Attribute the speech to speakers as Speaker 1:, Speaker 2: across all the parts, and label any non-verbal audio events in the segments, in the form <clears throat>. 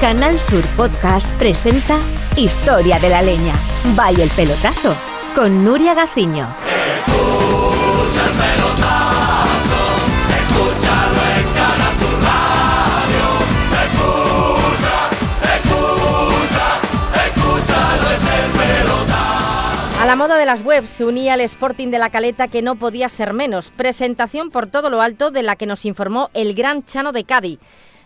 Speaker 1: Canal Sur Podcast presenta Historia de la Leña. Vaya el pelotazo con Nuria Gaciño.
Speaker 2: Escucha el pelotazo, escúchalo en Canal Sur Radio. Escucha, escucha, escúchalo, es el pelotazo.
Speaker 3: A la moda de las webs se unía el Sporting de la Caleta que no podía ser menos. Presentación por todo lo alto de la que nos informó el gran Chano de Cádiz.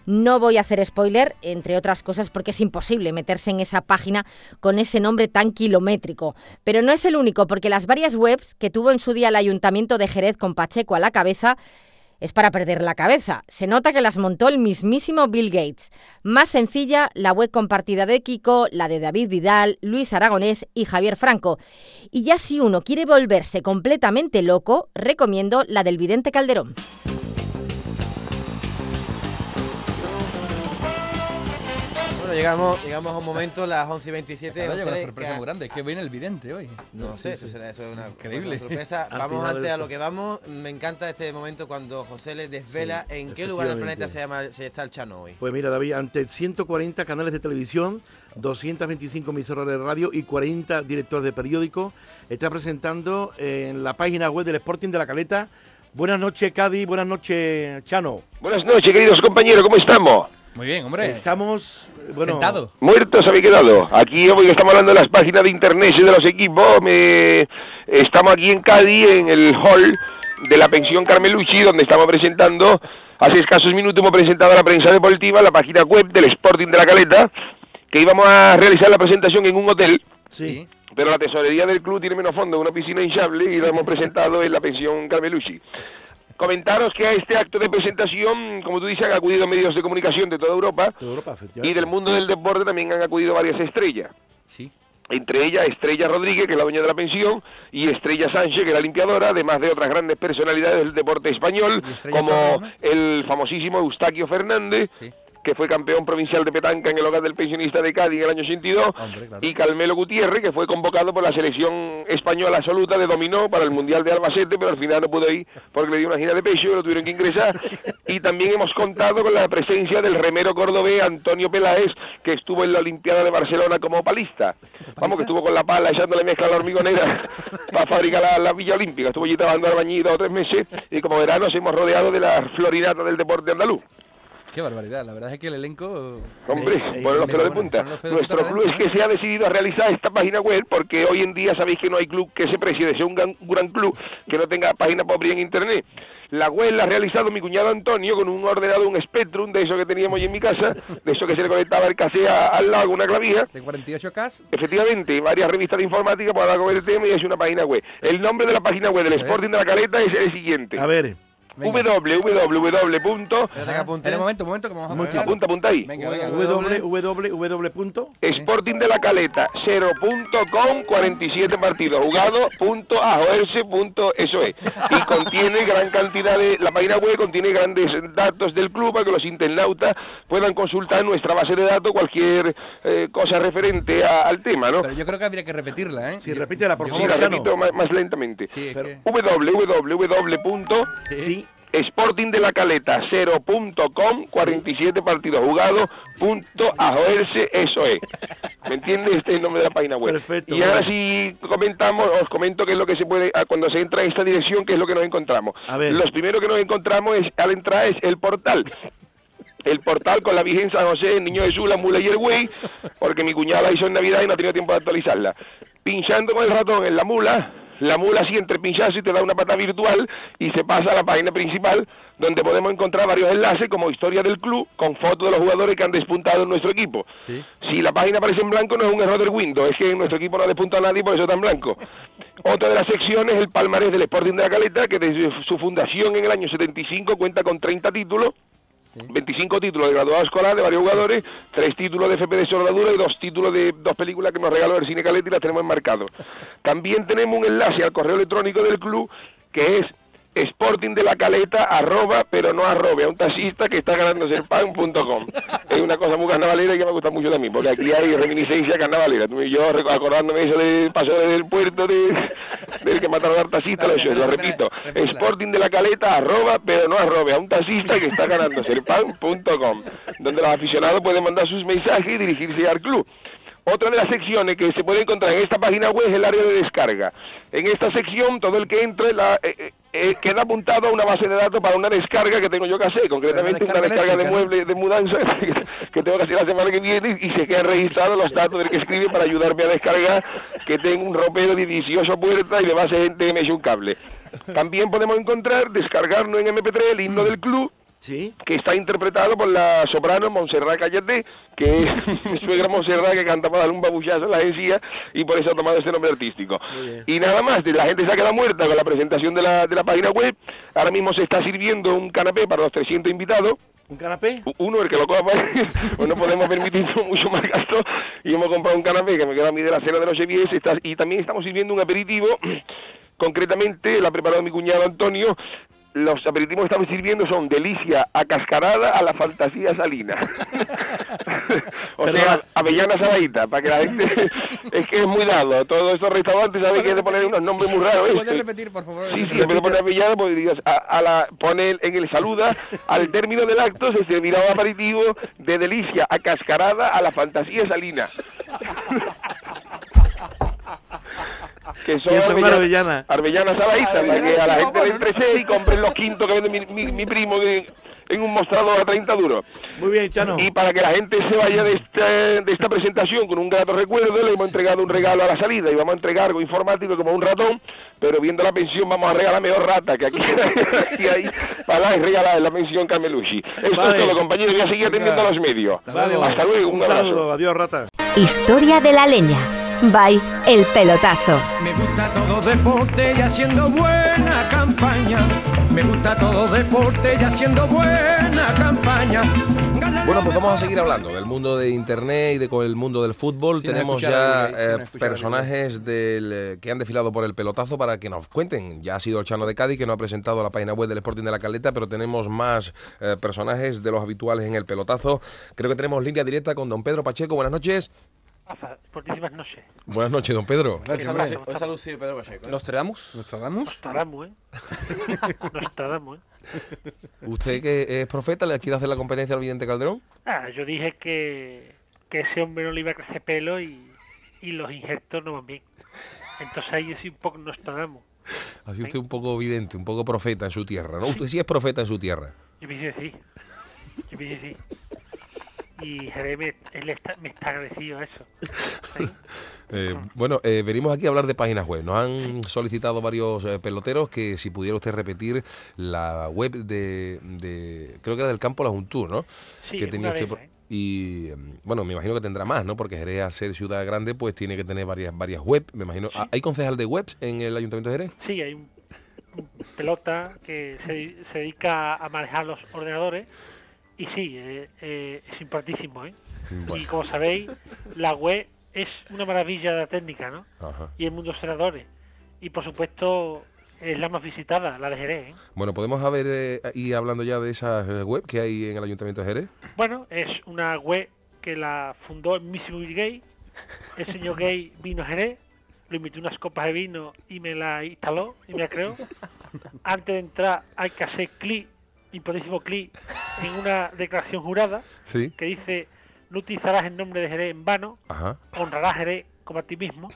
Speaker 3: No voy a hacer spoiler, entre otras cosas, porque es imposible meterse en esa página con ese nombre tan kilométrico. Pero no es el único, porque las varias webs que tuvo en su día el Ayuntamiento de Jerez con Pacheco a la cabeza es para perder la cabeza. Se nota que las montó el mismísimo Bill Gates. Más sencilla, la web compartida de Kiko, la de David Vidal, Luis Aragonés y Javier Franco. Y ya si uno quiere volverse completamente loco, recomiendo la del vidente Calderón.
Speaker 4: Bueno, llegamos, llegamos a un momento, las 11 y 27.
Speaker 5: Ahora llega
Speaker 4: José,
Speaker 5: una sorpresa
Speaker 4: que a-
Speaker 5: muy grande, es que viene el vidente hoy.
Speaker 4: No sé, eso, será- eso es una
Speaker 5: Increíble.
Speaker 4: una sorpresa.
Speaker 6: Al
Speaker 4: vamos
Speaker 6: final
Speaker 4: antes
Speaker 6: del-
Speaker 4: a lo que vamos. Me encanta este momento cuando José les desvela en qué lugar del planeta
Speaker 6: efectivamente.
Speaker 4: se, llama, se está el Chano hoy.
Speaker 6: Pues mira, David, ante 140 canales de televisión, 225 emisoras de radio y 40 directores de periódico, está presentando en la página web del Sporting de la Caleta. Buenas noches, Cádiz. Buenas noches, Chano.
Speaker 7: Buenas noches, queridos compañeros, ¿cómo estamos?
Speaker 5: Muy bien, hombre.
Speaker 6: Estamos. eh, Bueno,
Speaker 5: Sentado.
Speaker 7: Muertos habéis quedado. Aquí hoy estamos hablando de las páginas de internet y de los equipos. Me- Estamos aquí en Cádiz, en el hall de la pensión Carmelucci, donde estamos presentando, hace escasos minutos hemos presentado a la prensa deportiva la página web del Sporting de la Caleta, que íbamos a realizar la presentación en un hotel.
Speaker 6: Sí.
Speaker 7: Pero la tesorería del club tiene menos fondo, una piscina hinchable y la hemos
Speaker 5: <laughs>
Speaker 7: presentado en la pensión Carmelucci. Comentaros que a este acto de presentación, como tú dices, han acudido medios de comunicación de toda Europa
Speaker 6: Toda Europa,
Speaker 7: y
Speaker 6: efectivamente.
Speaker 7: del mundo del deporte también han acudido varias estrellas.
Speaker 5: Sí.
Speaker 7: Entre ellas Estrella Rodríguez, que es la dueña de la pensión, y Estrella Sánchez, que es la limpiadora, además de otras grandes personalidades del deporte español,
Speaker 5: ¿Y Estrella
Speaker 7: como
Speaker 5: Torres, no?
Speaker 7: el famosísimo Eustaquio Fernández,
Speaker 5: Sí.
Speaker 7: que fue campeón provincial de petanca en el hogar del pensionista de Cádiz en el año 82,
Speaker 5: Hombre, claro.
Speaker 7: y Carmelo Gutiérrez, que fue convocado por la selección española absoluta de dominó para el Mundial de Albacete, pero al final no pudo ir porque le dio una gira de pecho y lo tuvieron que
Speaker 5: <laughs>
Speaker 7: ingresar. Y también hemos contado con la presencia del remero cordobés Antonio Peláez, que estuvo en la Olimpiada de Barcelona como palista. Vamos, que estuvo con la pala echándole mezcla a la hormigonera
Speaker 5: <laughs>
Speaker 7: para fabricar la, la Villa Olímpica. Estuvo allí trabajando al bañido tres meses y como verano nos hemos rodeado de la florinata del deporte andaluz.
Speaker 5: Qué barbaridad. La verdad es que el elenco.
Speaker 7: Hombre,
Speaker 5: Eh, eh,
Speaker 7: ponen los
Speaker 5: eh,
Speaker 7: pelos de
Speaker 5: bueno,
Speaker 7: punta.
Speaker 5: ponen los pelos de punta
Speaker 7: Nuestro
Speaker 5: para
Speaker 7: club es
Speaker 5: adentro,
Speaker 7: que
Speaker 5: ¿eh?
Speaker 7: se ha decidido a realizar esta página web porque hoy en día sabéis que no hay club que se precie de ser un gran, un gran club que no tenga página propia en internet. La web la ha realizado mi cuñado Antonio con un ordenador, un Spectrum, de eso que teníamos allí en mi casa, de eso que se le conectaba el cassette a- al lado con una clavija.
Speaker 5: De 48K.
Speaker 7: Efectivamente, varias revistas de informática para hablar con el tema y es una página web. El nombre de la página web del
Speaker 5: Eso es.
Speaker 7: Sporting de la Caleta es el siguiente.
Speaker 6: A ver,
Speaker 5: Venga.
Speaker 7: www.
Speaker 4: Espérate que apunte.
Speaker 5: Ah, Espera un momento, un momento, que vamos a
Speaker 6: Momento.
Speaker 5: apuntar.
Speaker 7: Apunta, apunta ahí.
Speaker 5: Venga, venga.
Speaker 4: W.
Speaker 6: www. punto.
Speaker 7: Sporting de la Caleta, 0.com, 47 partidos jugados, punto, ajoerse, punto, eso es. Y contiene gran cantidad de, la página web contiene grandes datos del club para que los internautas puedan consultar en nuestra base de datos cualquier eh, cosa referente a- al tema, ¿no?
Speaker 5: Pero yo creo que habría que repetirla, ¿eh?
Speaker 6: Sí,
Speaker 5: Yo-
Speaker 6: repítela, por
Speaker 5: yo-
Speaker 7: Sí,
Speaker 6: favor,
Speaker 7: la
Speaker 6: Chano.
Speaker 7: repito más, más lentamente.
Speaker 5: Sí, es
Speaker 6: Pero-
Speaker 5: que.
Speaker 7: www.
Speaker 6: Sí.
Speaker 7: Sporting de la Caleta, 0.com, 47 partidos jugados, punto a joderse, eso es. ¿Me entiendes? Este es el nombre de la página web.
Speaker 6: Perfecto,
Speaker 7: Y ahora
Speaker 6: vale.
Speaker 7: sí comentamos, os comento qué es lo que se puede, ah, cuando se entra en esta dirección, qué es lo que nos encontramos.
Speaker 6: A ver.
Speaker 7: Los primeros que nos encontramos es, al entrar es el portal.
Speaker 6: <laughs>
Speaker 7: El portal con la Virgen San José, el Niño Jesús, la mula y el güey, porque mi cuñada la hizo en Navidad y no ha tenido tiempo de actualizarla. Pinchando con el ratón en la mula, la mula así entre pinchazo y te da una pata virtual y se pasa a la página principal donde podemos encontrar varios enlaces como historia del club con fotos de los jugadores que han despuntado en nuestro equipo.
Speaker 5: Sí.
Speaker 7: Si la página aparece en blanco no es un error del Windows, es que en nuestro equipo no ha despuntado a nadie por eso está en blanco. Otra de las secciones es el palmarés del Sporting de la Caleta, que desde su fundación en el año 75 cuenta con 30 títulos, 25 títulos de graduado escolar de varios jugadores, tres títulos de FP de soldadura y dos títulos de dos películas que nos regaló el Cine Caleta y las tenemos enmarcados. También tenemos un enlace al correo electrónico del club que es Sporting de la Caleta, arroba, pero no arrobe, a un taxista que está ganándose el pan.com. Es una cosa muy carnavalera y que me gusta mucho también, porque aquí hay reminiscencia carnavalera. Tú y yo reco- acordándome eso del paseo del puerto de, del que mataron al taxista, lo, he hecho, lo repito. Sporting de la Caleta, arroba, pero no arrobe, a un taxista que está ganándose el pan.com, donde los aficionados pueden mandar sus mensajes y dirigirse al club. Otra de las secciones que se puede encontrar en esta página web es el área de descarga. En esta sección, todo el que entre la, eh, eh, eh, queda apuntado a una base de datos para una descarga que tengo yo que hacer, concretamente una
Speaker 5: descarga
Speaker 7: descarga de
Speaker 5: eléctrica, ¿no?
Speaker 7: muebles de mudanza <laughs> que tengo que hacer la semana que viene y se quedan registrados los datos del que escribe para ayudarme a descargar, que tengo un ropero de 18 puertas y de base gente que me eche un cable. También podemos encontrar, descargarnos en MP3 el himno del club,
Speaker 6: Sí.
Speaker 7: que está interpretado por la soprano Montserrat Callate, que es <laughs> mi suegra Montserrat que canta para darle un babuchazo a la encía y por eso ha tomado ese nombre artístico. Y nada más, de la gente se ha quedado muerta con la presentación de la, de la página web. Ahora mismo se está sirviendo un canapé para los 300 invitados.
Speaker 6: ¿Un canapé?
Speaker 7: U- Uno, el que lo coja, <laughs> pues no podemos permitirnos <laughs> mucho más gasto. Y hemos comprado un canapé que me queda a mí de la cena de los vieja está- Y también estamos sirviendo un aperitivo. <clears throat> Concretamente, la ha preparado mi cuñado Antonio. Los aperitivos que estamos sirviendo son delicia acascarada a la fantasía salina. <laughs> o sea,
Speaker 6: Perdona.
Speaker 7: avellana saladita, para que la gente... <laughs> es que es muy dado. Todos esos restaurantes saben que hay que poner unos nombres muy raros.
Speaker 5: ¿Puedes
Speaker 7: ¿eh?
Speaker 5: repetir, por favor?
Speaker 7: Sí, sí, en vez de poner avellana, pues dirías, a, a la, pone el- en el saluda, al término del acto se servirá un aperitivo de delicia a cascarada a la fantasía salina.
Speaker 6: Que
Speaker 7: que
Speaker 6: son
Speaker 7: arbellana-
Speaker 6: arbellana.
Speaker 7: Arbellana saladita, para que a la gente le
Speaker 5: bueno,
Speaker 7: imprese y compren los quintos que vende mi, mi- mi primo de- en un mostrador a 30 duros.
Speaker 6: Muy bien, Chano.
Speaker 7: Y para que la gente se vaya de, este- de esta presentación con un grato recuerdo, le hemos entregado un regalo a la salida y vamos a entregar algo informático como un ratón, pero viendo la pensión vamos a regalar mejor rata, que aquí, <laughs> aquí hay para regalar la pensión Camelucci. Eso
Speaker 6: Vale.
Speaker 7: es todo, compañeros, voy a seguir atendiendo a los medios.
Speaker 6: Vale.
Speaker 7: Hasta luego, un,
Speaker 6: Un
Speaker 7: abrazo.
Speaker 6: saludo. Adiós, rata.
Speaker 1: Historia de la leña. Bye, el pelotazo.
Speaker 2: Me gusta todo deporte y haciendo buena campaña. Me gusta todo deporte y haciendo buena campaña.
Speaker 8: Bueno, pues vamos a seguir hablando del mundo de internet y de con el mundo del fútbol.
Speaker 5: Sin
Speaker 8: Tenemos
Speaker 5: escuchar
Speaker 8: ya
Speaker 5: a Miguel, sin
Speaker 8: eh,
Speaker 5: escuchar a
Speaker 8: personajes del, eh, que han desfilado por el pelotazo para que nos cuenten. Ya ha sido el Chano de Cádiz que no ha presentado la página web del Sporting de la Caleta, pero tenemos más eh, personajes de los habituales en el pelotazo. Creo que tenemos línea directa con don Pedro Pacheco. Buenas noches.
Speaker 9: Rafa, fortísimas noches.
Speaker 8: Buenas noches, don Pedro.
Speaker 5: Claro,
Speaker 4: Hoy
Speaker 5: sí,
Speaker 4: se ha
Speaker 5: hombre.
Speaker 4: lucido- hoy se ha lucido Pedro Pacheco. ¿eh?
Speaker 5: ¿Nos tradamos? ¿Nos tradamos?
Speaker 9: Nostradamus, ¿eh? <laughs> Nostradamus, ¿eh?
Speaker 8: ¿Usted que es profeta le quiere hacer la competencia al vidente Calderón?
Speaker 9: Ah, yo dije que, que ese hombre no le iba a crecer pelo y, y los injertos no van bien. Entonces ahí es un poco Nostradamus.
Speaker 8: Así usted un poco vidente, un poco profeta en su tierra, ¿no? Usted sí es profeta en su tierra.
Speaker 9: Yo pienso que sí. Yo pienso que sí. Y Jeremy, él está- me está agradecido a eso. ¿sí?
Speaker 8: Eh, bueno, eh, venimos aquí a hablar de páginas web. Nos han solicitado varios eh, peloteros que si pudiera usted repetir la web de, de- creo que era del campo La Juntur, ¿no?
Speaker 9: Sí,
Speaker 8: que
Speaker 9: una de
Speaker 8: por-
Speaker 9: ellas, ¿eh?
Speaker 8: Y mm, bueno, me imagino que tendrá más, ¿no? Porque Jerez, al ser ciudad grande, pues tiene que tener varias varias web. Me imagino. ¿Ah, ¿Hay concejal de webs en el Ayuntamiento de Jerez?
Speaker 9: Sí, hay un, un pelota que se, se dedica a manejar los ordenadores y sí, eh, eh, es importantísimo. ¿eh? Y como sabéis, la web es una maravilla de la técnica, ¿no?
Speaker 8: Ajá.
Speaker 9: Y el mundo de los ordenadores. Y por supuesto, es la más visitada, la de Jerez. ¿eh?
Speaker 8: Bueno, podemos haber eh, ir hablando ya de esas eh, web que hay en el Ayuntamiento de Jerez.
Speaker 9: Bueno, es una web que la fundó el mismo Bill Gay. El señor Gay vino a Jerez, le invité unas copas de vino y me la instaló y me la creó. Antes de entrar hay que hacer clic, importantísimo clic, en una declaración jurada
Speaker 8: Sí.
Speaker 9: que dice no utilizarás el nombre de Jerez en vano,
Speaker 8: Ajá.
Speaker 9: honrarás a Jerez como a ti mismo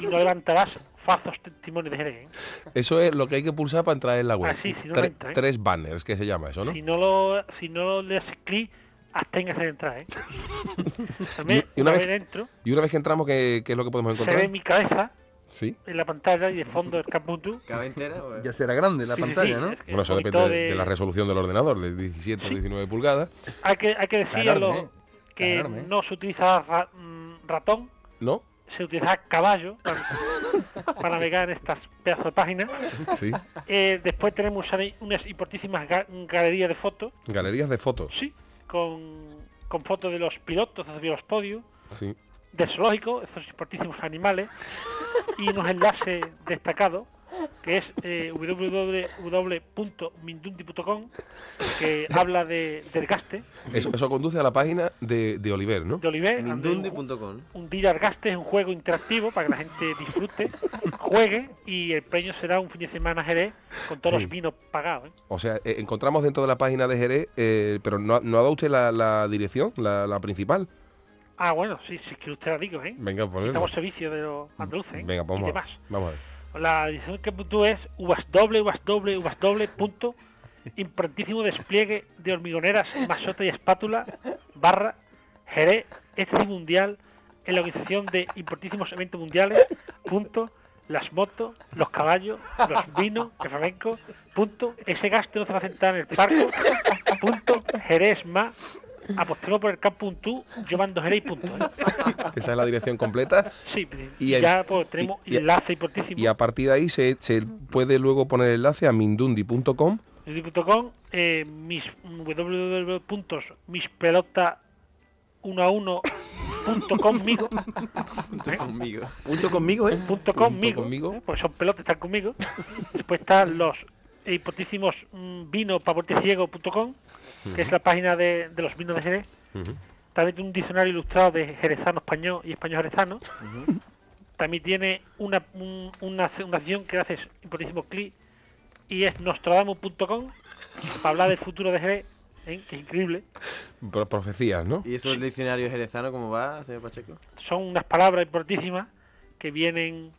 Speaker 9: y no levantarás falsos testimonios de Jerez. ¿eh?
Speaker 8: Eso es lo que hay que pulsar para entrar en la web.
Speaker 9: Ah, sí, sí, no
Speaker 8: Tre-
Speaker 9: entra, ¿eh?
Speaker 8: Tres banners, que se llama eso, ¿no?
Speaker 9: Si no lo, si no le haces clic, absténgase de entrar.
Speaker 8: <laughs>
Speaker 9: ¿eh? También,
Speaker 8: Y- y una
Speaker 9: una
Speaker 8: vez-
Speaker 9: vez dentro,
Speaker 8: Y una vez que entramos, ¿qué, qué es lo que podemos
Speaker 9: se ve
Speaker 8: encontrar?
Speaker 9: mi cabeza
Speaker 8: Sí.
Speaker 9: en la pantalla y de fondo el campo tú.
Speaker 4: Cabe entera, pues.
Speaker 5: Ya será grande la pantalla, ¿no?
Speaker 8: Bueno, eso depende de, de la resolución del ordenador, de 17 o 19 pulgadas.
Speaker 9: Hay que, hay que decir a
Speaker 5: enorme,
Speaker 9: los
Speaker 5: ¿eh? Está
Speaker 9: que
Speaker 5: enorme, ¿eh?
Speaker 9: no se utiliza ra- mm, ratón,
Speaker 8: ¿No?
Speaker 9: se utiliza caballo para,
Speaker 8: <laughs>
Speaker 9: para navegar en estas pedazos de páginas.
Speaker 8: Sí.
Speaker 9: Eh, después tenemos una- unas importantísimas ga- galerías de fotos,
Speaker 8: Galerías de fotos.
Speaker 9: sí, con, con fotos de los pilotos, de los podios,
Speaker 8: Sí.
Speaker 9: del zoológico, esos importantísimos animales, y unos enlaces destacados que es eh, www.mindundi.com, que habla de, del gaste,
Speaker 8: Eso, eso conduce a la página de, de Oliver, ¿no?
Speaker 9: de Oliver. donde un-
Speaker 4: Mindundi.com.
Speaker 9: Un día al gaste es un juego interactivo para que la gente disfrute, juegue y el premio será un fin de semana en Jerez con todos
Speaker 8: Sí.
Speaker 9: los vinos pagados. ¿eh?
Speaker 8: O sea, eh, encontramos dentro de la página de Jerez, eh, pero no, ha- no ha dado usted la, la dirección, la, la principal.
Speaker 9: Ah, bueno, sí, sí que usted la digo, ¿eh?
Speaker 8: Venga,
Speaker 9: Estamos
Speaker 8: ponemos.
Speaker 9: al servicio de los andaluces, ¿eh?
Speaker 8: Venga,
Speaker 9: y
Speaker 8: vamos a ver.
Speaker 9: demás.
Speaker 8: Vamos a ver.
Speaker 9: La edición que tú es uvas doble, uvas doble, uvas doble, punto. Importantísimo despliegue de hormigoneras, masota y espátula, barra, Jerez, este mundial, en la organización de importantísimos eventos mundiales, punto, las motos, los caballos, los vinos, el flamenco, punto, ese gasto no se va a sentar en el parco, punto, Jerez más, apostemos por el campo un tú, yo mando Jerez y punto. ¿eh?
Speaker 8: Esa es la dirección completa.
Speaker 9: Sí,
Speaker 8: Y
Speaker 9: y
Speaker 8: el-
Speaker 9: ya pues, tenemos
Speaker 8: y- y-
Speaker 9: enlace importantísimo.
Speaker 8: Y a partir de ahí se, se puede luego poner el enlace a mindundi.com.
Speaker 9: Youtube.com, eh, mis www.mispelota 1 a 1 punto conmigo
Speaker 4: Conmigo.
Speaker 6: Punto conmigo, ¿eh?
Speaker 9: Pues, punto conmigo,
Speaker 8: conmigo.
Speaker 9: ¿eh? porque son pelotas están conmigo <laughs> después están los hipotísimos mm, vino pavorteciego.com que es la página de, de los vinos de Jerez también tiene un diccionario ilustrado de jerezano español y español jerezano también tiene una un- una, una acción que haces importantísimo clic y es nostradamus.com para hablar del futuro de Jerez ¿eh? que es increíble
Speaker 8: Pro- profecías, ¿no?
Speaker 4: ¿Y eso el diccionario jerezano cómo va, señor Pacheco?
Speaker 9: son unas palabras importantísimas que vienen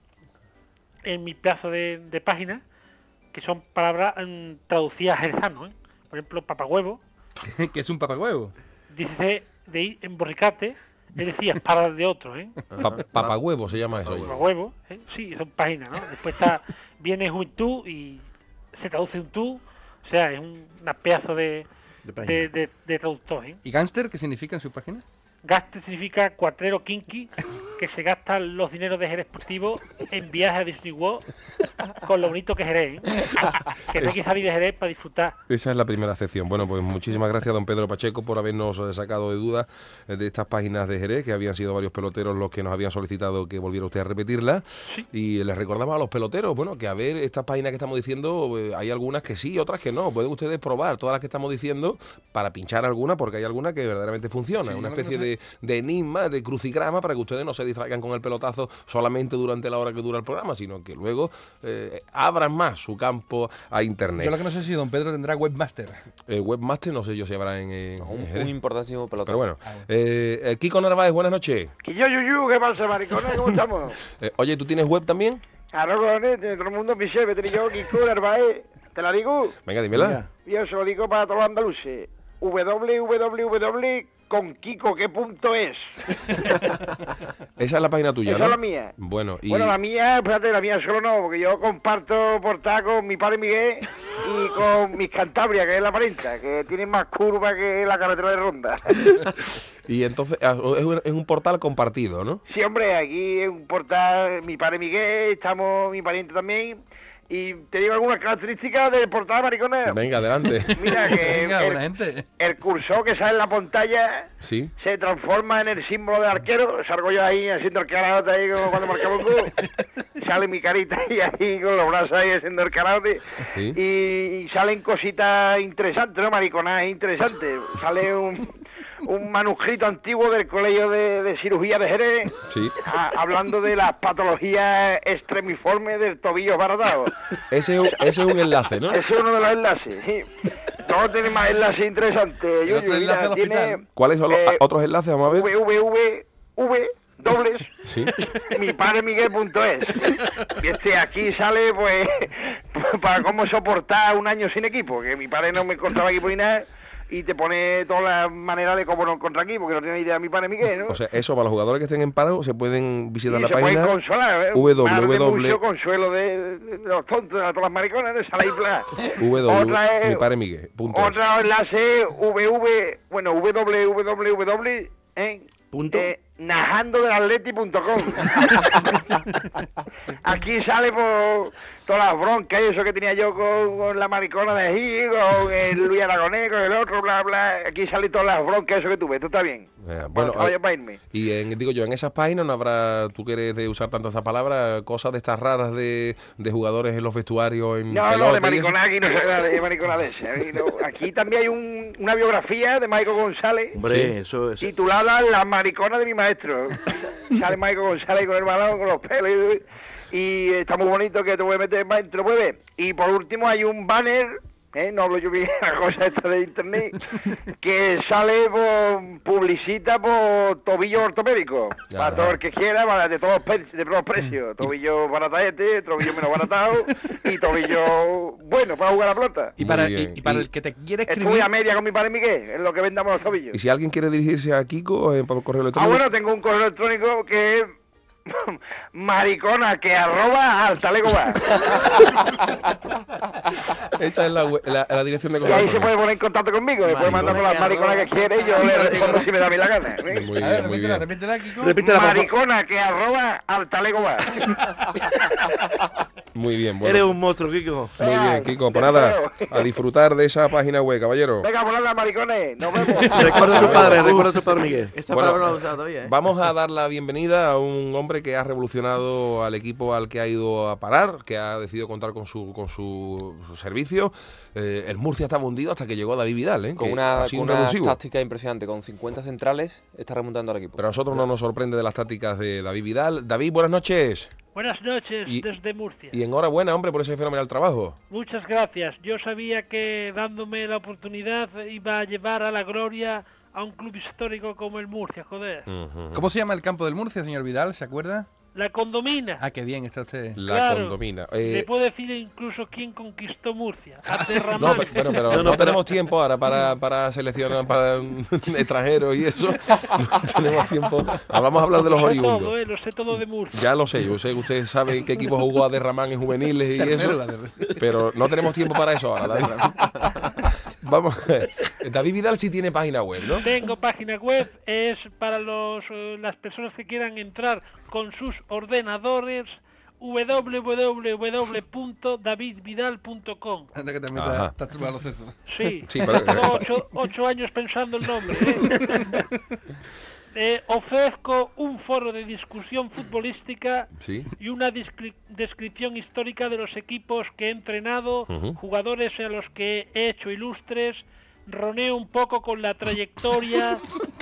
Speaker 9: en mi plazo de, de página, que son palabras mm, traducidas al jerezano. ¿eh? Por ejemplo, papahuevo,
Speaker 5: ¿eh? <laughs> que es un papagüevo.
Speaker 9: dice de ir emborricarte, es decir, para de otro. ¿eh?
Speaker 8: Pa- papagüevo se llama eso.
Speaker 9: Papahuevo, ¿eh? sí, son páginas. ¿no? Después está, viene juventud y se traduce un tú, o sea, es un una pedazo de,
Speaker 6: De página.
Speaker 7: Eh,
Speaker 9: de, de, de traductor. ¿eh?
Speaker 5: ¿Y gánster qué significa en su página?
Speaker 9: Gaste significa cuatrero kinky que se gastan los dineros de Jerez Sportivo en viajes a Disney World con lo bonito que es Jerez. ¿eh? Que no hay que salir de Jerez para disfrutar.
Speaker 8: Esa es la primera sección. Bueno, pues muchísimas gracias, don Pedro Pacheco, por habernos eh, sacado de dudas eh, de estas páginas de Jerez, que habían sido varios peloteros los que nos habían solicitado que volviera usted a repetirlas. Y les recordamos a los peloteros, bueno, que a ver, estas páginas que estamos diciendo, eh, hay algunas que sí, otras que no. Pueden ustedes probar todas las que estamos diciendo para pinchar alguna, porque hay alguna que verdaderamente funciona.
Speaker 5: Sí,
Speaker 8: Una
Speaker 5: una que
Speaker 8: especie
Speaker 5: no sé.
Speaker 8: de, de enigma, de crucigrama, para que ustedes no se distraigan con el pelotazo solamente durante la hora que dura el programa, sino que luego eh, abran más su campo a Internet.
Speaker 5: Yo lo que no sé es si don Pedro tendrá webmaster.
Speaker 8: Eh, webmaster, no sé yo si habrá en, eh, en
Speaker 10: Un,
Speaker 8: Jerez.
Speaker 10: un importantísimo pelotón.
Speaker 8: Pero bueno. Eh, eh, Kiko Narváez, buenas noches.
Speaker 11: Que yo, Yuyu, ¿qué pasa, maricones? ¿Cómo estamos?
Speaker 8: Eh, oye, ¿tú tienes web también?
Speaker 11: Ahora, cojones, de todo el mundo me dice, vete yo, Kiko, Narváez. Te la digo,
Speaker 8: Venga, dímela.
Speaker 11: yo se lo digo para todos los andaluces. www.conquicoque.es
Speaker 8: Esa es la página tuya,
Speaker 11: Esa
Speaker 8: ¿no?
Speaker 11: es la mía.
Speaker 8: Bueno, y
Speaker 11: Bueno, la mía, espérate, la mía solo no, porque yo comparto portada con mi padre Miguel y con mis Cantabria, que es la parenta, que tiene más curva que la carretera de Ronda.
Speaker 8: y entonces ah, es un, es un portal compartido, ¿no?
Speaker 11: Sí, hombre, aquí es un portal, mi padre Miguel, estamos mi pariente también, y te digo algunas características del portal, maricones.
Speaker 8: Venga,
Speaker 11: <laughs>
Speaker 8: adelante.
Speaker 5: <laughs>
Speaker 11: Mira que
Speaker 5: Venga, buena
Speaker 11: el,
Speaker 5: gente.
Speaker 11: el cursor que sale en la pantalla
Speaker 8: sí.
Speaker 11: se transforma en el símbolo del arquero. Salgo yo ahí haciendo el caraote ahí como cuando marcaba un
Speaker 5: <laughs>
Speaker 11: gol. Sale mi carita ahí, ahí con los brazos ahí haciendo el karaoke.
Speaker 8: Sí.
Speaker 11: Y, y salen cositas interesantes, ¿no? Mariconadas interesantes. Sale un, un manuscrito antiguo del Colegio de, de Cirugía de Jerez.
Speaker 8: Sí.
Speaker 11: a- hablando de las patologías extremiformes del tobillo baratado.
Speaker 8: Ese es un, ese es un enlace, ¿no?
Speaker 11: Ese es uno de los enlaces, sí. Luego tiene más enlaces interesantes. Yuyu,
Speaker 5: otro
Speaker 11: mira,
Speaker 5: enlace al
Speaker 11: tiene
Speaker 5: hospital.
Speaker 8: ¿Cuáles son los
Speaker 11: eh,
Speaker 8: ah, otros enlaces? Vamos a ver.
Speaker 11: www, v, dobles,
Speaker 8: Sí.
Speaker 11: mipadremiguel.es. Y este, aquí sale, pues, <laughs> para cómo soportar un año sin equipo, que mi padre no me encontraba equipo ni nada. Y te pone todas las maneras de cómo no encontrar equipo, que no tiene idea mi padre Miguel, ¿no?
Speaker 8: O sea, eso para los jugadores que estén en paro Pues se pueden visitar
Speaker 11: Y
Speaker 8: la
Speaker 11: se pueden
Speaker 8: página.
Speaker 11: consolar, ¿eh?
Speaker 8: www.
Speaker 11: Mar de mucho consuelo de, de los tontos, de todas las mariconas, de Sala y
Speaker 8: <laughs>
Speaker 11: Pla. Otra es-
Speaker 8: www.miparemiguel.es.
Speaker 11: Otro enlace, wv, bueno, www, ¿eh?
Speaker 6: Punto.
Speaker 11: Eh,
Speaker 8: <laughs>
Speaker 11: najandodelaleti.com. Aquí sale por todas las broncas y eso que tenía yo con, con la maricona de Gil, con el Luis Aragonés, con el otro, bla, bla. Aquí sale todas las broncas eso que tuve. ¿Tú está bien?
Speaker 8: Eh, bueno,
Speaker 11: Oye,
Speaker 8: eh,
Speaker 11: para irme.
Speaker 8: y en- digo yo, en esas páginas no habrá, tú que eres de usar tanto esa palabra, cosas de estas raras de, de jugadores en los vestuarios, en
Speaker 11: No, no,
Speaker 8: pelota
Speaker 11: de
Speaker 8: y eso.
Speaker 11: mariconá aquí no se habla de mariconá de ese. Aquí, no. Aquí también hay un- una biografía de Maico González.
Speaker 6: Hombre, eso es.
Speaker 11: titulada La maricona de mi maestro. Sale Michael González con el balón, con los pelos y, y está muy bonito que te voy a meter más te lo voy a ver. Y por último hay un banner, ¿eh? no hablo yo bien <laughs> de la cosa esta de internet, que sale por, publicita por tobillo ortopédico.
Speaker 8: Ajá.
Speaker 11: Para todo el que quiera, para- de todos, pre- de todos precios. Tobillo baratete, tobillo menos baratado y tobillo bueno para jugar a la pelota.
Speaker 10: Y para,
Speaker 8: Muy
Speaker 10: y-
Speaker 8: bien.
Speaker 10: y para
Speaker 8: Y-
Speaker 10: el que te quiere
Speaker 11: Estuve
Speaker 10: escribir,
Speaker 11: a media con mi padre Miguel, en lo que vendamos los tobillos.
Speaker 8: Y si alguien quiere dirigirse a Kiko eh, por correo
Speaker 11: Ah,
Speaker 8: electrónico,
Speaker 11: bueno, tengo un correo electrónico que es <laughs> maricona que arroba al talego
Speaker 8: <laughs>
Speaker 11: va.
Speaker 8: esa es la, we- la- la dirección de
Speaker 11: Y
Speaker 8: correo
Speaker 11: ahí se
Speaker 8: electrónico.
Speaker 11: puede poner en contacto conmigo. Después
Speaker 10: Maricona
Speaker 11: mandar con las
Speaker 10: que
Speaker 11: mariconas
Speaker 10: arroba-
Speaker 11: que quiere y yo le respondo si me da mi la gana. ¿eh?
Speaker 5: A
Speaker 8: Muy
Speaker 5: ver,
Speaker 8: bien, muy
Speaker 5: repítela,
Speaker 8: bien.
Speaker 5: repítela, Kiko.
Speaker 6: Repite la
Speaker 11: Maricona que arroba al talego va.
Speaker 8: Muy bien, bueno.
Speaker 6: Eres un monstruo, Kiko.
Speaker 8: Muy bien, Kiko. Pues nada, a disfrutar de esa página web, caballero.
Speaker 11: Venga, volar las maricones. eh, Nos vemos.
Speaker 6: Recuerda a tu padre, recuerda a tu padre Miguel.
Speaker 10: esa
Speaker 8: Bueno,
Speaker 10: palabra no la he usado todavía. ¿eh?
Speaker 8: Vamos a dar la bienvenida a un hombre que ha revolucionado al equipo al que ha ido a parar, que ha decidido contar con su con su, su servicio. Eh, el Murcia estaba hundido hasta que llegó David Vidal, ¿eh?
Speaker 12: Con
Speaker 8: que
Speaker 12: una,
Speaker 8: ha sido
Speaker 12: con
Speaker 8: un
Speaker 12: una
Speaker 8: revulsivo.
Speaker 12: táctica impresionante, con 50 centrales, está remontando al equipo.
Speaker 8: Pero a nosotros no nos sorprende de las tácticas de David Vidal. David, buenas noches.
Speaker 9: <laughs> Buenas noches
Speaker 8: Y-
Speaker 9: desde Murcia.
Speaker 8: Y enhorabuena, hombre, por ese fenomenal trabajo.
Speaker 9: Muchas gracias. Yo sabía que dándome la oportunidad iba a llevar a la gloria a un club histórico como el Murcia, joder.
Speaker 8: Mm.
Speaker 5: ¿Cómo se llama el campo del Murcia, señor Vidal? ¿Se acuerda?
Speaker 9: La condomina.
Speaker 5: Ah, qué bien está usted.
Speaker 8: La
Speaker 9: Claro.
Speaker 8: condomina.
Speaker 9: Le
Speaker 8: Eh,
Speaker 9: puedo decir incluso quién conquistó
Speaker 8: <laughs>
Speaker 9: Murcia. A
Speaker 8: No,
Speaker 9: Terramar.
Speaker 8: pero, bueno, pero
Speaker 6: No,
Speaker 8: no,
Speaker 6: no, pero-
Speaker 8: tenemos tiempo ahora para, para seleccionar para <laughs> mm, extranjeros y eso. No tenemos tiempo. Ah, Vamos a hablar de los
Speaker 9: Lo sé todo,
Speaker 8: oriundos.
Speaker 9: eh, lo sé todo de Murcia.
Speaker 8: Ya lo sé, yo sé que ustedes saben qué equipo jugó a Derramán en juveniles y
Speaker 5: Ternero,
Speaker 8: eso.
Speaker 5: la ternero.
Speaker 8: Pero no tenemos tiempo para eso ahora, David. Vamos, David Vidal sí tiene página web, ¿no?
Speaker 9: Tengo página web, es para los, eh, las personas que quieran entrar con sus ordenadores www.davidvidal.com.
Speaker 5: <laughs> Anda que también
Speaker 8: Ajá.
Speaker 5: está, está turbado los sesos.
Speaker 8: <laughs>
Speaker 9: Sí,
Speaker 8: Sí, pero- eh,
Speaker 9: llevo ocho, ocho años pensando el nombre.
Speaker 8: <laughs>
Speaker 9: ¿eh? Eh, ofrezco un foro de discusión futbolística
Speaker 8: Sí.
Speaker 9: y una descri- descripción histórica de los equipos que he entrenado,
Speaker 8: Ujú.
Speaker 9: jugadores a los que he hecho ilustres, roneo un poco con la trayectoria,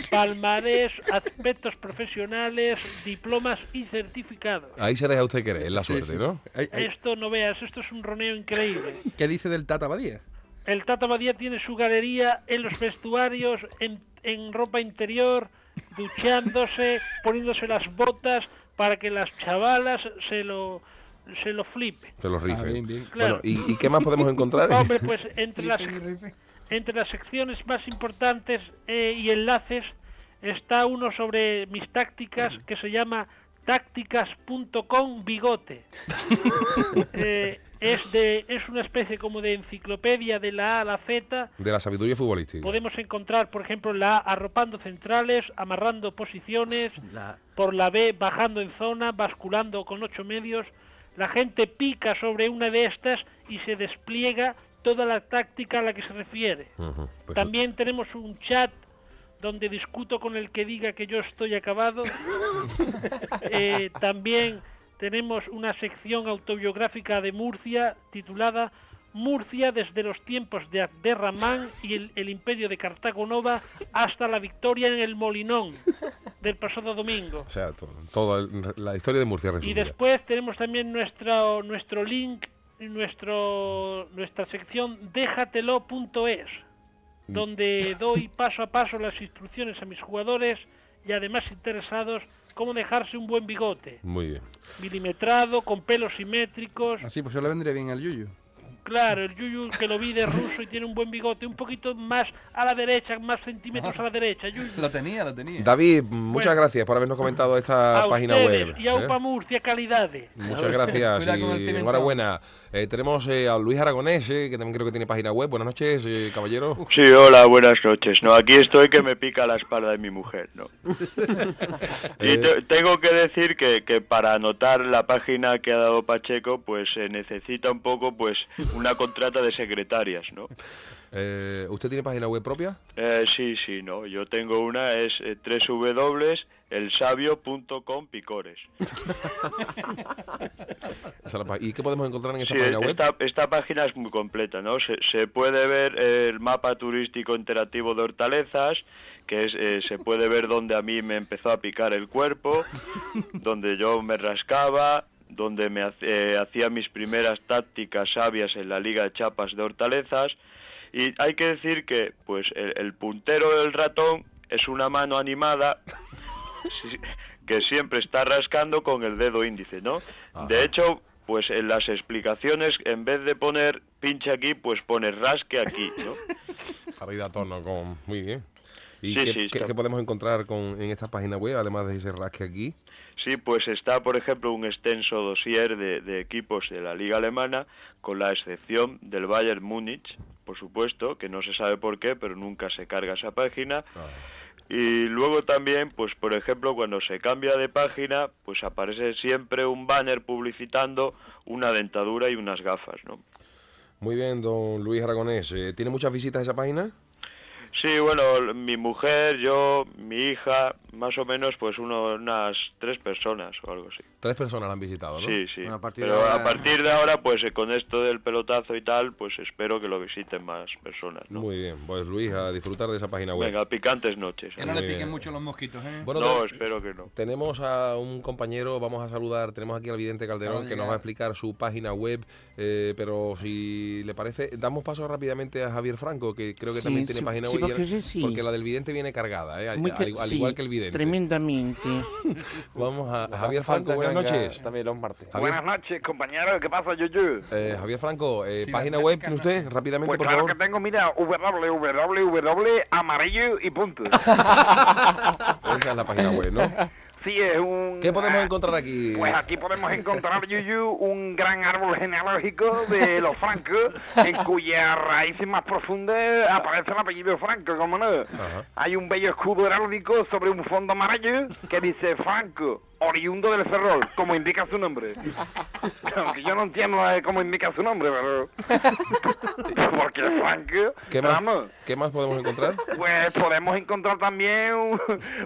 Speaker 9: palmarés, aspectos profesionales, diplomas y certificados.
Speaker 8: Ahí se deja usted querer, es la suerte, ¿no?
Speaker 5: Ay, ay,
Speaker 9: Esto no veas, esto es un roneo increíble.
Speaker 5: ¿Qué dice del Tata Badía?
Speaker 9: El Tata Badía tiene su galería en los vestuarios, en, en ropa interior, duchándose, poniéndose las botas para que las chavalas se lo, se lo flipen.
Speaker 8: Se los rife.
Speaker 5: Ah, bien, bien.
Speaker 9: Claro.
Speaker 8: Bueno, ¿y, y qué más podemos encontrar?
Speaker 9: Hombre, pues entre las,
Speaker 5: Rife, rife.
Speaker 9: entre las secciones más importantes eh, y enlaces está uno sobre mis tácticas que se llama tácticas.com bigote. Eh, es, de, es una especie como de enciclopedia de la A a la Z.
Speaker 8: De la sabiduría futbolística.
Speaker 9: Podemos encontrar, por ejemplo, la A arropando centrales, amarrando posiciones,
Speaker 10: La-
Speaker 9: por la B bajando en zona, basculando con ocho medios. La gente pica sobre una de estas y se despliega toda la táctica a la que se refiere.
Speaker 8: Ujú, pues-
Speaker 9: También tenemos un chat donde discuto con el que diga que yo estoy acabado. Eh, también tenemos una sección autobiográfica de Murcia titulada Murcia desde los tiempos de Abderramán y el, el imperio de Cartago Nova hasta la victoria en el Molinón del pasado domingo.
Speaker 8: O sea, to- toda el- la historia de Murcia
Speaker 9: Y
Speaker 8: resumida.
Speaker 9: después tenemos también nuestro, nuestro link, nuestro, nuestra sección déjatelo.es,
Speaker 8: Mm.
Speaker 9: donde doy paso a paso las instrucciones a mis jugadores y además interesados cómo dejarse un buen bigote,
Speaker 8: Muy bien.
Speaker 9: milimetrado, con pelos simétricos.
Speaker 5: Ah, Así, pues yo le vendría bien al Yuyu.
Speaker 13: Claro, el Yuyu que lo vi de ruso y tiene un buen bigote, un poquito más a la derecha, más centímetros a la derecha. Yuyu.
Speaker 5: Lo tenía, lo tenía.
Speaker 8: David, muchas gracias por habernos comentado esta
Speaker 13: a
Speaker 8: Ah, página
Speaker 13: ustedes
Speaker 8: web.
Speaker 13: Y a
Speaker 8: ¿eh?
Speaker 13: Upa Murcia calidades.
Speaker 8: Muchas gracias
Speaker 13: Cuidado con el
Speaker 8: y
Speaker 13: pimentón.
Speaker 8: enhorabuena. Eh, tenemos eh, a Luis Aragonés, eh, que también creo que tiene página web. Buenas noches, eh, caballero.
Speaker 9: Sí, hola, buenas noches. No, aquí estoy que me pica la espalda de mi mujer, ¿no? Y te- tengo que decir que, que para anotar la página que ha dado Pacheco, pues se necesita un poco, pues, una contrata de secretarias, ¿no?
Speaker 8: Eh, ¿Usted tiene página web propia?
Speaker 9: Eh, sí, sí, no. Yo tengo una, es eh, www.elsabio.com picores.
Speaker 8: Esa es la pa- ¿Y qué podemos encontrar en este, esa
Speaker 9: Sí,
Speaker 8: página web?
Speaker 9: esta, esta página es muy completa, ¿no? Se, se puede ver eh, el mapa turístico interactivo de Hortalezas, que es, eh, se puede ver donde a mí me empezó a picar el cuerpo,
Speaker 8: <laughs>
Speaker 9: donde yo me rascaba, donde me hac- eh, hacía mis primeras tácticas sabias en la Liga de Chapas de Hortalezas. Y hay que decir que, pues, el, el puntero del ratón es una mano animada sí, <laughs> que siempre está rascando con el dedo índice, ¿no? De hecho, pues en las explicaciones, en vez de poner pinche aquí, pues pone rasque aquí, ¿no?
Speaker 8: Arriba a tono, con... muy bien. <laughs> ¿Y
Speaker 9: Sí,
Speaker 8: qué,
Speaker 9: sí,
Speaker 8: qué-
Speaker 9: está-
Speaker 8: qué podemos encontrar con, en esta página web, además de ese rasque aquí?
Speaker 9: Sí, pues está, por ejemplo, un extenso dossier de, de equipos de la Liga Alemana, con la excepción del Bayern Múnich, por
Speaker 8: Ah.
Speaker 9: supuesto, que no se sabe por qué, pero nunca se carga esa página. Y luego también, pues por ejemplo, cuando se cambia de página, pues aparece siempre un banner publicitando una dentadura y unas gafas, ¿no?
Speaker 8: Muy bien, don Luis Aragonés. Eh, ¿Tiene muchas visitas esa página?
Speaker 9: Sí, bueno, mi mujer, yo, mi hija, más o menos, pues uno- unas tres personas o algo así.
Speaker 8: Tres personas la han visitado, ¿no?
Speaker 9: Sí, sí.
Speaker 8: Oh, Bueno, a partir
Speaker 9: Pero
Speaker 8: de ahora-
Speaker 9: a partir de ahora, pues eh, con esto del pelotazo y tal, pues espero que lo visiten más personas.
Speaker 8: Muy bien, pues Luis, a disfrutar de esa página web.
Speaker 9: Venga, picantes noches.
Speaker 8: Que no le Muy piquen bien.
Speaker 5: mucho los mosquitos, ¿eh?
Speaker 8: Bueno,
Speaker 9: no,
Speaker 8: te-
Speaker 9: espero que no.
Speaker 8: Tenemos a un compañero, vamos a saludar, tenemos aquí al vidente Calderón
Speaker 9: Acaba de
Speaker 8: que nos va a explicar su página web, eh, pero si le parece, damos paso rápidamente a Javier Franco, que creo que
Speaker 14: Sí,
Speaker 8: también tiene
Speaker 14: sí,
Speaker 8: página
Speaker 14: sí,
Speaker 8: web, y
Speaker 14: porque
Speaker 8: él-
Speaker 14: sí, sí.
Speaker 8: porque la del vidente viene cargada, eh, al,
Speaker 14: Muy ca-
Speaker 8: al- al
Speaker 14: sí,
Speaker 8: igual que el vidente.
Speaker 14: Tremendamente.
Speaker 8: Vamos a
Speaker 14: Nos
Speaker 8: Javier
Speaker 14: hace
Speaker 8: Franco,
Speaker 14: falta
Speaker 8: buenas
Speaker 14: que venga
Speaker 8: noches. También los martes.
Speaker 7: Buenas
Speaker 8: Javier,
Speaker 7: noches, compañeros. ¿Qué pasa, Yuyu?
Speaker 8: eh, Javier Franco, eh,
Speaker 7: Sí,
Speaker 8: página
Speaker 7: la-
Speaker 8: web tiene usted, rápidamente,
Speaker 7: Pues
Speaker 8: por
Speaker 7: claro
Speaker 8: favor.
Speaker 7: que tengo, mira, www, amarillo y punto.
Speaker 8: Esa es la página web, ¿no?
Speaker 7: Sí, es un...
Speaker 8: ¿Qué podemos
Speaker 7: ah,
Speaker 8: encontrar aquí?
Speaker 7: Pues aquí podemos encontrar, Yuyu, un gran árbol genealógico de los francos, en cuyas raíces más profundas aparece el apellido Franco, como no. Hay un bello escudo heráldico sobre un fondo amarillo que dice Franco, oriundo del Ferrol, como indica su nombre. Aunque yo no entiendo eh, cómo indica su nombre, pero... Porque es Franco...
Speaker 8: ¿Qué más,
Speaker 7: vamos,
Speaker 8: ¿Qué más podemos encontrar?
Speaker 7: pues podemos encontrar también un,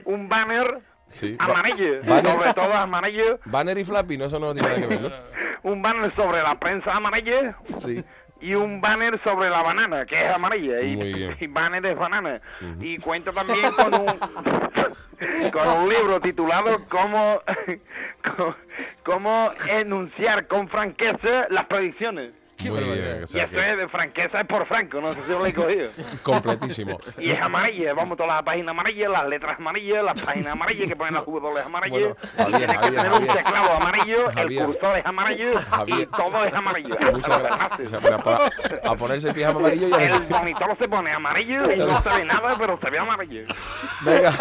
Speaker 7: un banner
Speaker 8: Sí.
Speaker 7: amarillo,
Speaker 8: Banner.
Speaker 7: sobre todo amarillo,
Speaker 8: Banner y Flappy, no, eso no tiene nada que ver, ¿no?
Speaker 7: un banner sobre la prensa amarilla
Speaker 8: Sí.
Speaker 7: y un banner sobre la banana, que es amarilla, y,
Speaker 8: Muy bien.
Speaker 7: <laughs> y banner es banana. Y cuenta también
Speaker 15: <laughs>
Speaker 7: con un, <laughs> con un libro titulado Cómo, <laughs> co- cómo enunciar con franqueza las predicciones.
Speaker 8: Muy bien, o
Speaker 7: Y
Speaker 8: sea
Speaker 7: eso
Speaker 8: que
Speaker 7: es de franqueza, es por Franco, no sé si lo he cogido.
Speaker 8: completísimo.
Speaker 7: <laughs> Y es amarilla, vamos, todas las páginas amarillas, las letras amarillas, las páginas amarillas que ponen las jugadores amarillas.
Speaker 8: Javier,
Speaker 7: Tienes que
Speaker 8: Javier,
Speaker 7: tener un
Speaker 8: Javier.
Speaker 7: teclado amarillo,
Speaker 8: Javier.
Speaker 7: el cursor es amarillo y
Speaker 8: Javier.
Speaker 7: todo es amarillo.
Speaker 8: <laughs> Muchas gracias. O sea, pero para- a ponerse el pijama amarillo ya.
Speaker 7: El monitor se pone amarillo y no se ve nada, pero se ve amarillo. <laughs>
Speaker 8: Venga.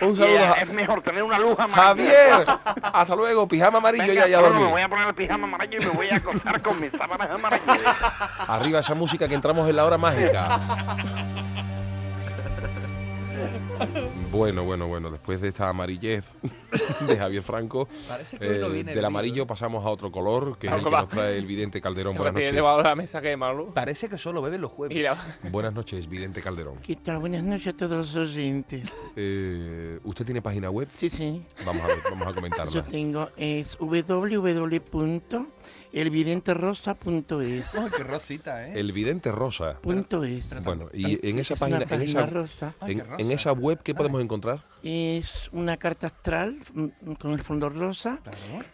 Speaker 8: Un saludo.
Speaker 7: Y
Speaker 8: a-
Speaker 7: es mejor tener una luz amarilla.
Speaker 8: Javier, hasta luego. Pijama amarillo
Speaker 7: Venga,
Speaker 8: ya, ya a
Speaker 7: solo Me
Speaker 8: dormir.
Speaker 7: voy a poner el pijama amarillo y me voy a acostar con mis sábanas amarillas.
Speaker 8: Arriba esa música que entramos en la hora mágica. Bueno, bueno, bueno. Después de esta amarillez de Javier Franco, eh,
Speaker 15: Parece que hoy no viene
Speaker 8: del
Speaker 15: el
Speaker 8: amarillo pasamos a otro color, que es el que
Speaker 15: Va.
Speaker 8: nos trae el vidente Calderón.
Speaker 15: Ahora
Speaker 8: Buenas
Speaker 15: tiene
Speaker 8: noches.
Speaker 15: debajo de la mesa que Manolo.
Speaker 5: Parece que solo beben los jueves.
Speaker 8: Buenas noches, vidente Calderón.
Speaker 14: ¿Qué tal? Buenas noches a todos los oyentes.
Speaker 8: Eh, ¿Usted tiene página web?
Speaker 14: Sí, sí.
Speaker 8: Vamos a ver, vamos
Speaker 14: <laughs>
Speaker 8: a
Speaker 14: Yo
Speaker 8: comentarla.
Speaker 14: tengo es www.elvidenterosa.es.
Speaker 5: Ay, qué rosita, ¿eh?
Speaker 8: El vidente rosa.
Speaker 14: Punto es.
Speaker 8: Bueno, y en esa
Speaker 14: Es
Speaker 8: página,
Speaker 14: una
Speaker 8: en esa,
Speaker 14: página rosa. Ay,
Speaker 8: en-
Speaker 14: qué rosa.
Speaker 8: en esa web, ¿qué podemos encontrar?
Speaker 14: Es una carta astral mm, con el fondo rosa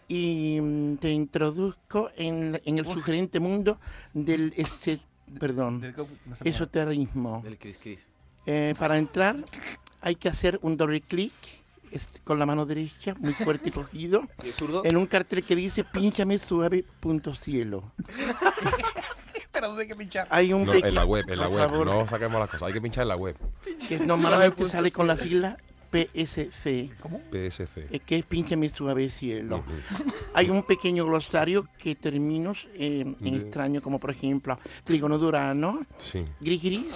Speaker 14: y mm, te introduzco en, la- en el sugerente mundo del ese, perdón,
Speaker 5: del co- no sé cómo.
Speaker 14: esoterismo.
Speaker 4: Del cris cris.
Speaker 14: Eh, para entrar hay que hacer un doble clic este, con la mano derecha, muy fuerte
Speaker 5: <laughs>
Speaker 14: cogido,
Speaker 12: ¿Y el zurdo?
Speaker 14: en un cartel que dice pínchame suave punto cielo.
Speaker 5: <laughs> Pero dónde hay que pinchar.
Speaker 14: Hay un
Speaker 8: No,
Speaker 14: pequeño-
Speaker 8: en la web, en la
Speaker 14: por
Speaker 8: web.
Speaker 14: favor.
Speaker 8: No saquemos las cosas. Hay que pinchar en la web.
Speaker 14: que normalmente sale con la sigla PSC. ¿Cómo?
Speaker 8: PSC.
Speaker 14: Es Eh, que es Pínchame Suave Cielo. Hay un pequeño glosario que términos eh, en
Speaker 8: Bien.
Speaker 14: extraño, como por ejemplo trigono durano,
Speaker 8: Sí.
Speaker 14: gris gris.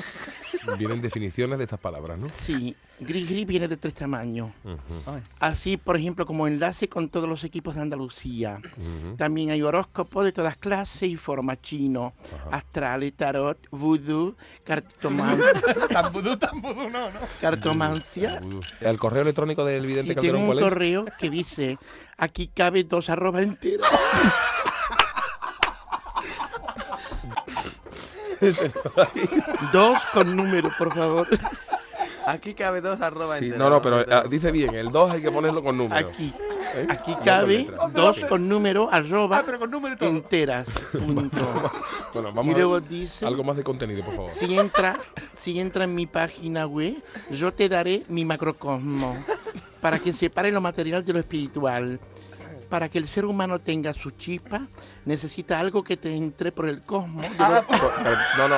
Speaker 8: Vienen definiciones de estas palabras, ¿no?
Speaker 14: Sí, gris gris viene de tres tamaños.
Speaker 8: Ujú. Ay.
Speaker 14: Así, por ejemplo, como enlace con todos los equipos de Andalucía.
Speaker 8: Ujú.
Speaker 14: También hay horóscopos de todas clases y formas chino, astrales, tarot, vudú, cartomancia.
Speaker 5: <laughs> Tan vudú, tan vudú, no, no.
Speaker 14: cartomancia.
Speaker 8: El correo electrónico del vidente
Speaker 14: Si tiene
Speaker 8: Calderón,
Speaker 14: un
Speaker 8: ¿cuál es?
Speaker 14: correo que dice aquí cabe dos
Speaker 5: <laughs>
Speaker 14: arrobas enteras. dos con número, por favor.
Speaker 4: Aquí cabe dos arroba
Speaker 8: Sí,
Speaker 4: entera,
Speaker 8: no, no, pero ah, dice bien, el 2 hay que ponerlo con número.
Speaker 14: Aquí.
Speaker 8: ¿Eh?
Speaker 14: Aquí
Speaker 8: No con
Speaker 14: cabe
Speaker 8: letra.
Speaker 14: dos con número arroba
Speaker 5: todo.
Speaker 14: enteras. Punto.
Speaker 8: Bueno, vamos
Speaker 14: Y luego
Speaker 8: a
Speaker 14: dice-
Speaker 8: algo más de contenido, por favor.
Speaker 14: Si entra, si entra en mi página web, yo te daré mi macrocosmo para que separe lo material de lo espiritual. Para que el ser humano tenga su chispa, necesita algo que te entre por el cosmos. de lo-
Speaker 8: Por- pero- no, no,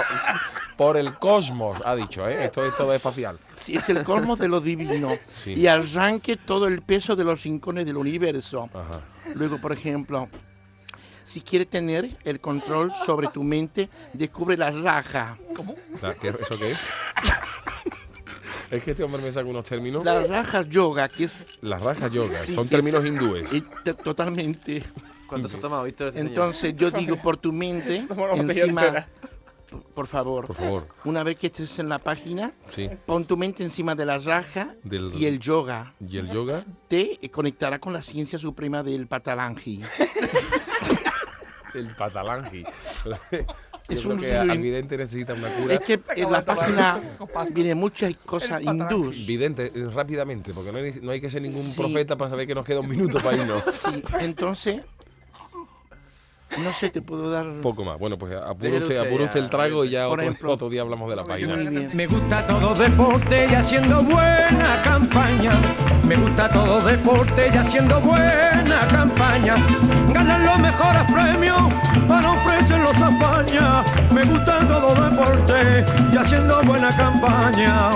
Speaker 8: por el cosmos, ha dicho, ¿eh? Esto, esto es espacial.
Speaker 14: Sí, es el colmo de lo divino.
Speaker 8: Sí.
Speaker 14: Y arranque todo el peso de los rincones del universo. Luego, por ejemplo, si quieres tener el control sobre tu mente, descubre la raja. ¿Cómo?
Speaker 8: La- ¿qué- ¿Eso qué es? es que este hombre me saca unos términos.
Speaker 14: La raja yoga, que es...
Speaker 8: Las rajas yoga,
Speaker 14: Sí,
Speaker 8: Ah, son
Speaker 14: que
Speaker 8: términos
Speaker 14: es-
Speaker 8: hindúes.
Speaker 14: es t- totalmente.
Speaker 4: Cuando se toma, Víctor, ese señor.
Speaker 14: Entonces yo digo por tu mente,
Speaker 4: Toma una botella
Speaker 14: encima,
Speaker 4: entera.
Speaker 14: por, por favor,
Speaker 8: Por favor.
Speaker 14: una vez que estés en la página,
Speaker 8: Sí.
Speaker 14: pon tu mente encima de la raja
Speaker 8: Del-
Speaker 14: y el yoga.
Speaker 8: ¿Y el yoga?
Speaker 14: Te conectará con la ciencia suprema del patalangi.
Speaker 8: El patalangi. La-
Speaker 14: Es
Speaker 8: <laughs> Yo
Speaker 14: un
Speaker 8: creo que al
Speaker 14: ruin-
Speaker 8: vidente necesita una cura.
Speaker 14: Es que en la página vienen muchas cosas hindús.
Speaker 8: Vidente, eh, rápidamente, porque no hay, no hay que ser ningún
Speaker 14: Sí.
Speaker 8: profeta para saber que nos queda un minuto para irnos.
Speaker 14: <laughs> Sí, entonces, no sé, te puedo dar...
Speaker 8: Poco más. Bueno, pues apura
Speaker 14: Déjelo
Speaker 8: usted,
Speaker 14: usted
Speaker 8: apura
Speaker 14: ya,
Speaker 8: usted el trago y ya
Speaker 14: Por
Speaker 8: otro,
Speaker 14: ejemplo.
Speaker 8: otro día hablamos de la página.
Speaker 2: Me gusta todo deporte y haciendo buena campaña. Me gusta todo deporte y haciendo buena campaña. Ganan los mejores premios para ofrecerlos a España. Me gusta todo deporte y haciendo buena campaña.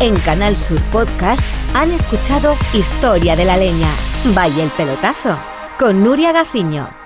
Speaker 1: En Canal Sur Podcast han escuchado Historia de la Leña, Vaya el Pelotazo, con Nuria Gaciño.